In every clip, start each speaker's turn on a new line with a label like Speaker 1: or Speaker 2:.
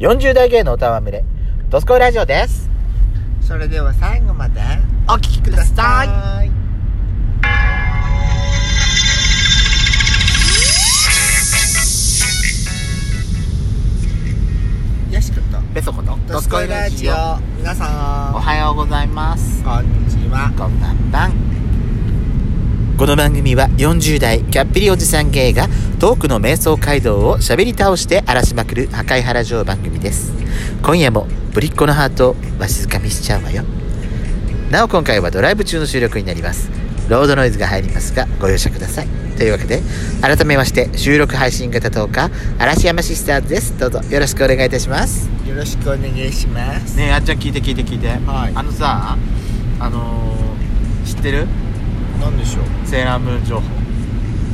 Speaker 1: 40代芸の歌はまみれ、ドスコイラジオです。
Speaker 2: それでは最後まで
Speaker 1: お聴きく
Speaker 2: くださいよしこと
Speaker 1: い。ベソこと、
Speaker 2: ドスコイラジオ皆さん
Speaker 1: おはようございます。
Speaker 2: こんにちは
Speaker 1: こんばんばん。この番組は40代キャッピリおじさん芸がトークの瞑想街道を喋り倒して荒らしまくる破壊原城番組です。今夜もぶりっ子のハートをわしづかみしちゃうわよ。なお今回はドライブ中の収録になります。ロードノイズが入りますがご容赦ください。というわけで改めまして収録配信型10日嵐山シスターズです。どうぞよろしくお願いいたします。
Speaker 2: よろしくお願いします
Speaker 1: ねえあっちゃん聞いて聞いて聞いて、
Speaker 2: はい
Speaker 1: あのさあのー知ってる
Speaker 2: なんでしょう
Speaker 1: セーラームーン情報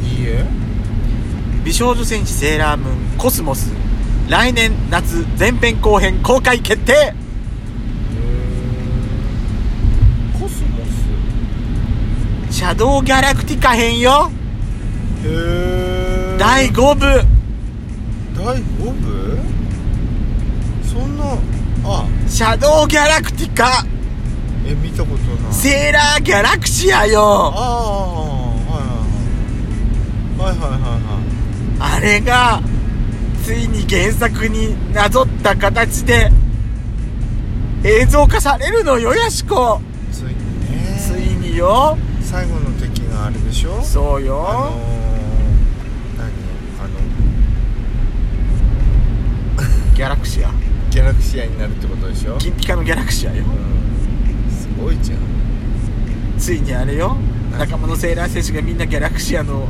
Speaker 2: いいえ
Speaker 1: 美少女戦士セーラームーンコスモス来年夏前編後編公開決定
Speaker 2: コスモス
Speaker 1: シャドウギャラクティカ編よ
Speaker 2: へえ
Speaker 1: 第5部
Speaker 2: 第5部そんなあ
Speaker 1: シャドウギャラクティカ
Speaker 2: え見たことない
Speaker 1: セーラーギャラクシアよ
Speaker 2: ああはいはいはいはいはいはい
Speaker 1: あれがついに原作になぞった形で映像化されるのよやしこ
Speaker 2: ついにね
Speaker 1: ついによ
Speaker 2: 最後の敵があれでしょ
Speaker 1: そうよ
Speaker 2: あのー、何あの
Speaker 1: ギャラクシア
Speaker 2: ギャラクシアになるってことでしょ
Speaker 1: 銀ピカのギャラクシアよ
Speaker 2: うんすごいじゃん
Speaker 1: ついにあれよ仲間のセーラー戦士がみんなギャラクシアの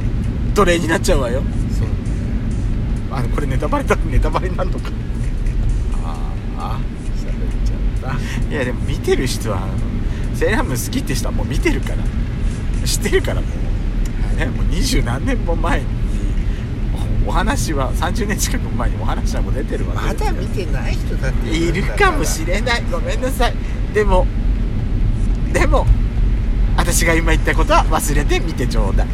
Speaker 1: 奴隷になっちゃうわよ
Speaker 2: そう
Speaker 1: あのこれネタバレだってネタバレになんのか
Speaker 2: ああ喋っちゃっ
Speaker 1: いやでも見てる人はあのセーラームーン好きって人はもう見てるから知ってるからもう,、ね、もう二十何年も前におお話は30年近く前にお話はもう出てる
Speaker 2: た
Speaker 1: わけです
Speaker 2: ま
Speaker 1: よ
Speaker 2: だ見てない人だって
Speaker 1: いるかもし
Speaker 2: れ
Speaker 1: れないごめんなさいでもでも私が今言ったことは忘れて見てちょうだい
Speaker 2: ない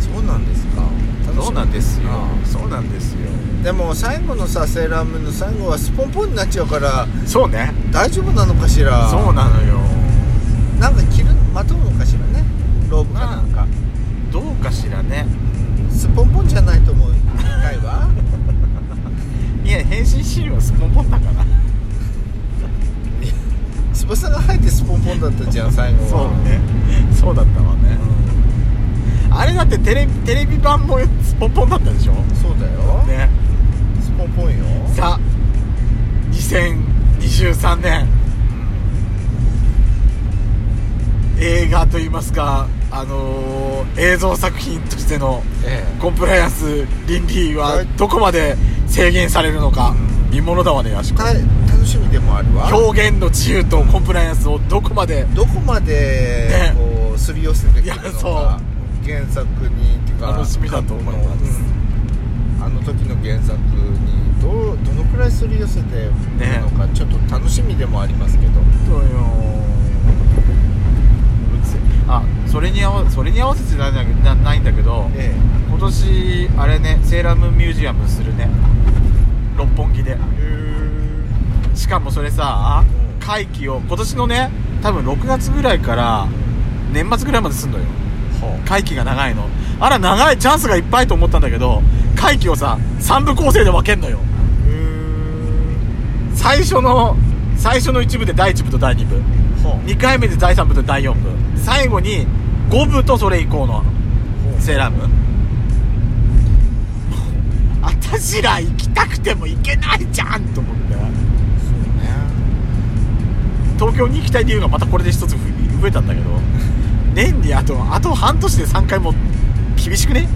Speaker 2: そうなんですか
Speaker 1: そうなんですよ
Speaker 2: 楽しみだ
Speaker 1: そうなんですよ
Speaker 2: なでも最後のさセーラームーンの最後はスポンポンになっちゃうから
Speaker 1: そうね
Speaker 2: 大丈夫なのかしら
Speaker 1: そうなのよ
Speaker 2: なんか着るまとうのかしらねローブかなんか、
Speaker 1: どうかしらね
Speaker 2: スポンポンじゃないと思う一回 は
Speaker 1: いや変身シーンはスポンポンだから
Speaker 2: 翼が生えてスポンポンだったじゃん最後は
Speaker 1: そうね そうだったわねあれだってテレビテレビ版もスポンポンだったでしょ
Speaker 2: そうだよ、
Speaker 1: ね
Speaker 2: スポンポンよ
Speaker 1: さあ2023年映画といいますかあのー映像作品としての
Speaker 2: え
Speaker 1: コンプライアンス倫理
Speaker 2: は
Speaker 1: はいどこまで制限されるのか
Speaker 2: うん
Speaker 1: 見ものだわねやしこ
Speaker 2: た楽しみでもあるわ
Speaker 1: 表現の自由とコンプライアンスをどこまで
Speaker 2: どこまで
Speaker 1: ね
Speaker 2: こうすり寄せてくるの
Speaker 1: いやそう
Speaker 2: か原作にっていうか
Speaker 1: 楽しみだと思います
Speaker 2: うんあの時の原作にどうどのくらいすり寄せてくるのか、ちょっと楽しみでもありますけど
Speaker 1: そうよあそれに合わそれに合わせてないんだけどなないんだけど
Speaker 2: え
Speaker 1: 今年あれねセーラームーンミュージアムするね六本木で
Speaker 2: えー
Speaker 1: しかもそれさ
Speaker 2: うん
Speaker 1: 会期を今年のね多分6月ぐらいから年末ぐらいまですんのよ会期が長いのあら長いチャンスがいっぱいと思ったんだけど会期をさ3部構成で分けんのよ
Speaker 2: うー
Speaker 1: 最初の最初の1部で第1部と第2部
Speaker 2: んほ
Speaker 1: 2回目で第3部と第4部最後に5部とそれ以降のセーラーム私ら行きたくても行けないじゃんと思って東京に行きたい理由がまたこれで一つ増増えたんだけど年にあとあと半年で3回も厳しくね
Speaker 2: い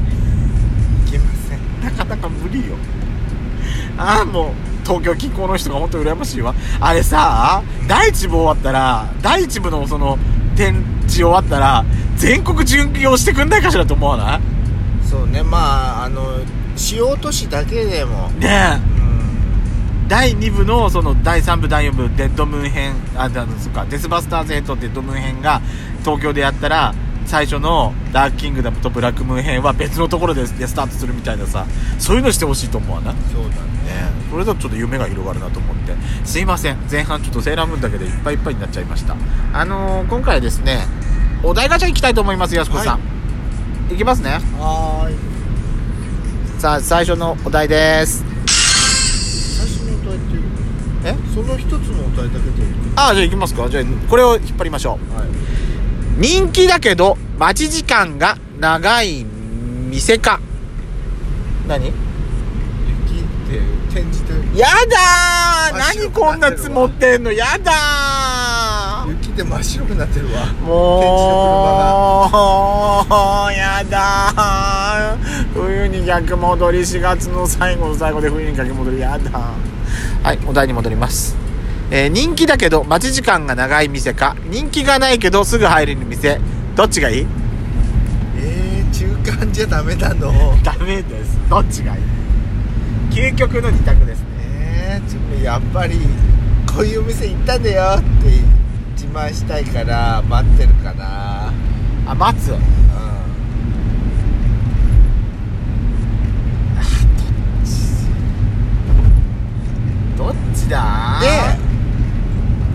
Speaker 2: けません
Speaker 1: なかなか無理よああもう東京近郊の人が本当羨ましいわあれさ第一部終わったら第一部のその展示終わったら全国巡業してくんないかしらと思わな
Speaker 2: そうねまああの主要都市だけでも
Speaker 1: いねえ
Speaker 2: うん
Speaker 1: 第2部のその第3部第4部デッドムーン編あだそっかデスバスターズ編とデッドムーン編が東京でやったら最初の「ダークキングダム」と「ブラックムーン編」は別のところででスタートするみたいなさそういうのしてほしいと思わないね
Speaker 2: そうだね
Speaker 1: それだとちょっと夢が広がるなと思ってすいません前半ちょっとセーラームーンだけでいっぱいいっぱいになっちゃいましたあのー今回はですねお題ガチャ行きたいと思いますやすこさん、、
Speaker 2: はい
Speaker 1: きますね
Speaker 2: はーい
Speaker 1: さあ最初のお題です
Speaker 2: 最初のお題っていう
Speaker 1: え
Speaker 2: その一つのお題だけでいい
Speaker 1: ああじゃあ行きますかじゃあこれを引っ張りましょう
Speaker 2: はい
Speaker 1: 人気だけど待ち時間が長い店か何
Speaker 2: 雪って転じて
Speaker 1: やだー
Speaker 2: 真っ
Speaker 1: 何
Speaker 2: 白く
Speaker 1: こんな
Speaker 2: なって
Speaker 1: 積
Speaker 2: るわ
Speaker 1: もってんのやだー
Speaker 2: 雪で真っ白くなってるわ
Speaker 1: もうやだー冬に逆戻り4月の最後の最後で冬に逆戻りやだーはいお題に戻りますえー人気だけど待ち時間が長い店か人気がないけどすぐ入れる店どっちがいい
Speaker 2: えー、中間じゃダメなの
Speaker 1: ダメですどっちがいい究極の二択ですね
Speaker 2: えー、ちょっとやっぱりこういうお店行ったんだよって自慢したいから待ってるかな
Speaker 1: あ待つ
Speaker 2: うん
Speaker 1: どっちだ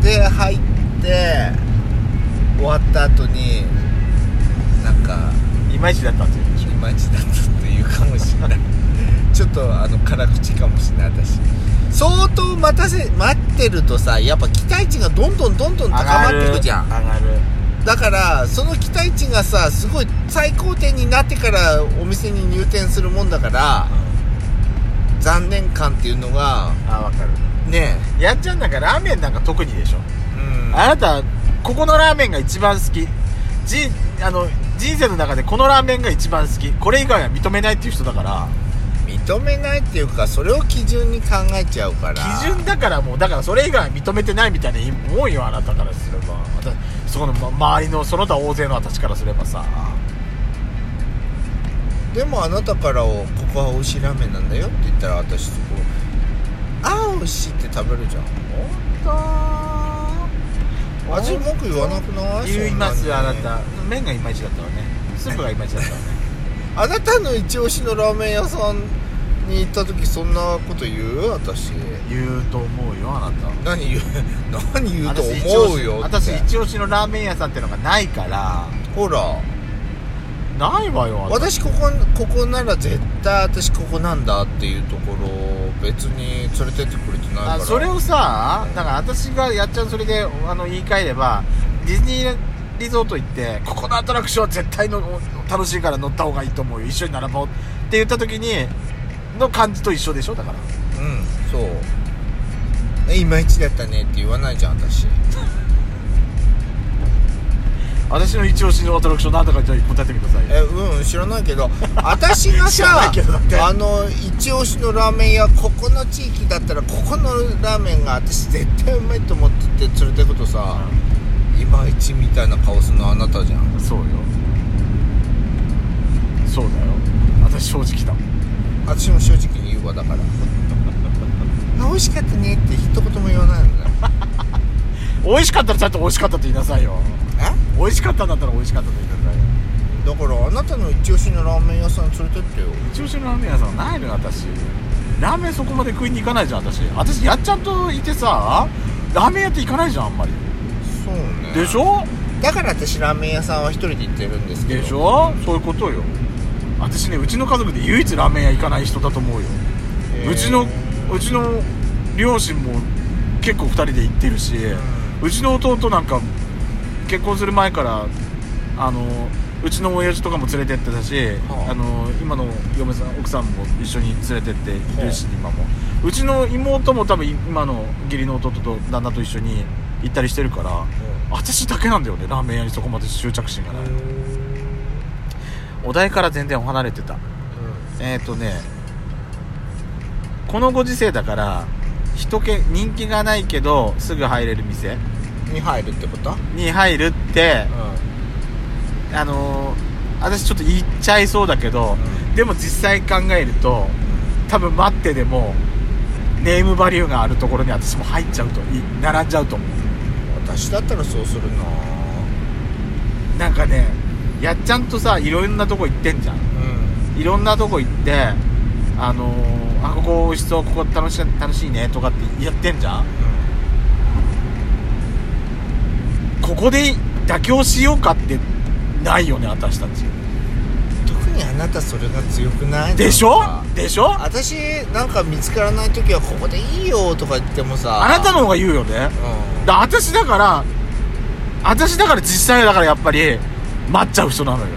Speaker 2: でで入って終わった後になんか
Speaker 1: でいまいちだったんですよ
Speaker 2: いまいちだったっていうかもしれない ちょっとあの辛口かもしれない私相当待たせ待ってるとさやっぱ期待値がどんどんどんどん高まってくじゃん
Speaker 1: 上がる
Speaker 2: だからその期待値がさすごい最高点になってからお店に入店するもんだから残念感っていうのが
Speaker 1: あわかる
Speaker 2: ね
Speaker 1: やっちゃんなんかラーメンなんか特にでしょ、
Speaker 2: えうん
Speaker 1: あなたここのラーメンが一番好きじあの人生の中でこのラーメンが一番好きこれ以外は認めないっていう人だから
Speaker 2: 認めないっていうかそれを基準に考えちゃうから
Speaker 1: 基準だからもうだからそれ以外は認めてないみたいな思いよあなたからすれば私そこのま周りのその他大勢の私からすればさ
Speaker 2: でもあなたからを「ここは美味しいラーメンなんだよ」って言ったら私そこ「ああ美味しい」って食べるじゃん
Speaker 1: 本当
Speaker 2: 味文句言わなくない
Speaker 1: 言いますよ
Speaker 2: そ
Speaker 1: あ
Speaker 2: ん
Speaker 1: な
Speaker 2: に
Speaker 1: た麺がいまいちだったわねスープがいまいちだったわね
Speaker 2: あなたの一押しのラーメン屋さんに行った時そんなこと言う私
Speaker 1: 言うと思うよあなた
Speaker 2: 何言う 何言うと
Speaker 1: 私一押
Speaker 2: 思う
Speaker 1: し
Speaker 2: よって
Speaker 1: 私一押しのラーメン屋さんってのがないから
Speaker 2: ほら
Speaker 1: ないわよ
Speaker 2: 私ここここなら絶対私ここなんだっていうところを別に連れてってくれてないから
Speaker 1: あそれをさだから私がやっちゃうそれであの言い換えればディズニーリゾート行ってここのアトラクションは絶対の楽しいから乗った方がいいと思うよ一緒に並ぼうって言った時にの感じと一緒でしょだから
Speaker 2: うんそうえいまいちだったねって言わないじゃん私
Speaker 1: 私の一押しのアトラクションなんだかじゃあ答えてみてくださいよ
Speaker 2: えうん知らな いけど私が
Speaker 1: 知らな
Speaker 2: さ
Speaker 1: いけどだって
Speaker 2: あの一押しのラーメン屋ここの地域だったらここのラーメンが私絶対うまいと思ってって連れてくとさ、いまいちみたいな顔するのあなたじゃん
Speaker 1: そうよそうだよ私正直だもん
Speaker 2: 私も正直に言うわだ からあ美味しかったねって一言も言わな いのね
Speaker 1: 美味しかったらちゃんと美味しかったって言いなさいよ
Speaker 2: え
Speaker 1: 美味しかったんだったら美味しかったと言いなさいよ
Speaker 2: だからあなたの一押しのラーメン屋さん連れてってよ
Speaker 1: 一押しのラーメン屋さんないのよ私ラーメンそこまで食いに行かないじゃん私私やっちゃんといてさラーメン屋って行かないじゃんあんまり
Speaker 2: そうね
Speaker 1: でしょ
Speaker 2: だから私ラーメン屋さんは一人で行ってるんですけど
Speaker 1: でしょそういうことよ私ねうちの家族で唯一ラーメン屋行かない人だと思うよ
Speaker 2: へー
Speaker 1: うちのうちの両親も結構2人で行ってるしうちの弟なんか結婚する前からあのうちの親父とかも連れてってたし、
Speaker 2: はあ
Speaker 1: あの今の嫁さん奥さんも一緒に連れてっているし、今もうちの妹も多分今の義理の弟と旦那と一緒に行ったりしてるから、私だけなんだよねラーメン屋にそこまで執着心がない、お題から全然離れてたえっ、ー、とねこのご時世だから人気人気がないけどすぐ入れる店
Speaker 2: に入るってことうん
Speaker 1: に入るってあのー、私ちょっと言っちゃいそうだけど、でも実際考えると多分待ってでもネームバリューがあるところに私も入っちゃうとい並んじゃうと思う
Speaker 2: 私だったらそうするな
Speaker 1: なんかねやっちゃんとさいろんなとこ行ってんじゃんいろんなとこ行ってあのー、あここ美味しそうここ楽しい楽しいねとかってやってんじゃんここで妥協しようかってないよね私たち
Speaker 2: 特にあなたそれが強くない
Speaker 1: でしょでしょ
Speaker 2: 私なんか見つからない時はここでいいよとか言ってもさ
Speaker 1: あなたの方が言うよね
Speaker 2: うん
Speaker 1: だ私だから私だから実際だからやっぱり待っちゃう人なのよ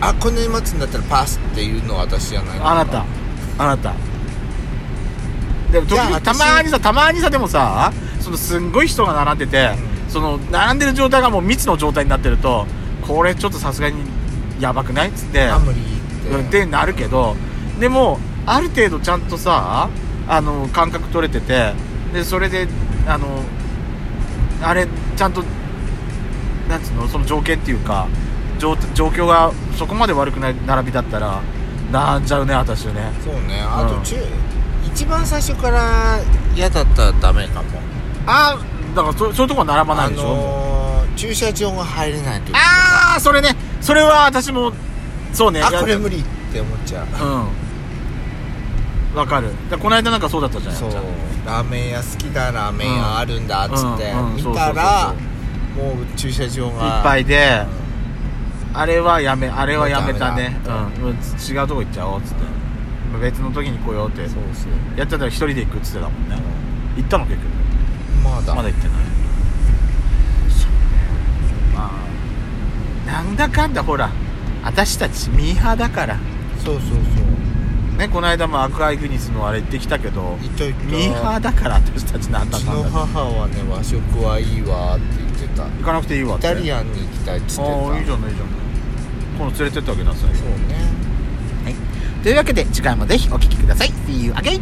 Speaker 2: あこの待つんだったらパスっていうのは私じゃない
Speaker 1: あなたあなたでも時
Speaker 2: いや
Speaker 1: 々
Speaker 2: 私
Speaker 1: たまにさたまにさでもさそのすんごい人が並んでて、
Speaker 2: うん
Speaker 1: その並んでる状態がもう密の状態になってるとこれちょっとさすがにやばくないっつって
Speaker 2: あ無理
Speaker 1: うん
Speaker 2: っ
Speaker 1: っててなるけどでもある程度ちゃんとさあの感覚取れててでそれであのあれちゃんとなんつうのその条件っていうか状状況がそこまで悪くない並びだったらなんちゃうね私ね
Speaker 2: そうねあと中、一番最初から嫌だったらダメかも
Speaker 1: ああだからそそういうとこは並ばな
Speaker 2: あ
Speaker 1: いでしょ、
Speaker 2: のー、駐車場が入れない時
Speaker 1: ああそれねそれは私もそうね
Speaker 2: あこれ
Speaker 1: うん
Speaker 2: 無理って思っちゃう
Speaker 1: わかるだからこの間なんかそうだったじゃん
Speaker 2: そ
Speaker 1: や
Speaker 2: うん
Speaker 1: ちゃん
Speaker 2: ラーメン屋好きだラーメン
Speaker 1: うん
Speaker 2: 屋あるんだっつって
Speaker 1: うんうん
Speaker 2: 見たら
Speaker 1: そうそ
Speaker 2: もう駐車場が
Speaker 1: いっぱいで、
Speaker 2: うん
Speaker 1: あれはやめあれはやめたね
Speaker 2: もう
Speaker 1: う
Speaker 2: ダメ
Speaker 1: んもう違うとこ行っちゃおうっつって別の時に来ようって
Speaker 2: そうそう
Speaker 1: やっちゃったら一人で行くっつってたもんね行ったの結局
Speaker 2: まだ
Speaker 1: まだ行ってないまあなんだかんだほら私たちミーハーだから
Speaker 2: そうそうそう
Speaker 1: ねこの間もアクアイグニスのあれ行ってきたけど
Speaker 2: いといと
Speaker 1: ミーハーだから私たちなん
Speaker 2: う
Speaker 1: だ
Speaker 2: ち
Speaker 1: か
Speaker 2: の
Speaker 1: んだ
Speaker 2: 母はね和食はいいわって言ってた
Speaker 1: 行かなくていいわっ
Speaker 2: イ
Speaker 1: て
Speaker 2: タリ
Speaker 1: ア
Speaker 2: アンに行きたいっつってた
Speaker 1: ああいいじゃないいいじゃない今度連れてってあげなさい
Speaker 2: そうね
Speaker 3: というわけで次回もぜひお聴きください See you again!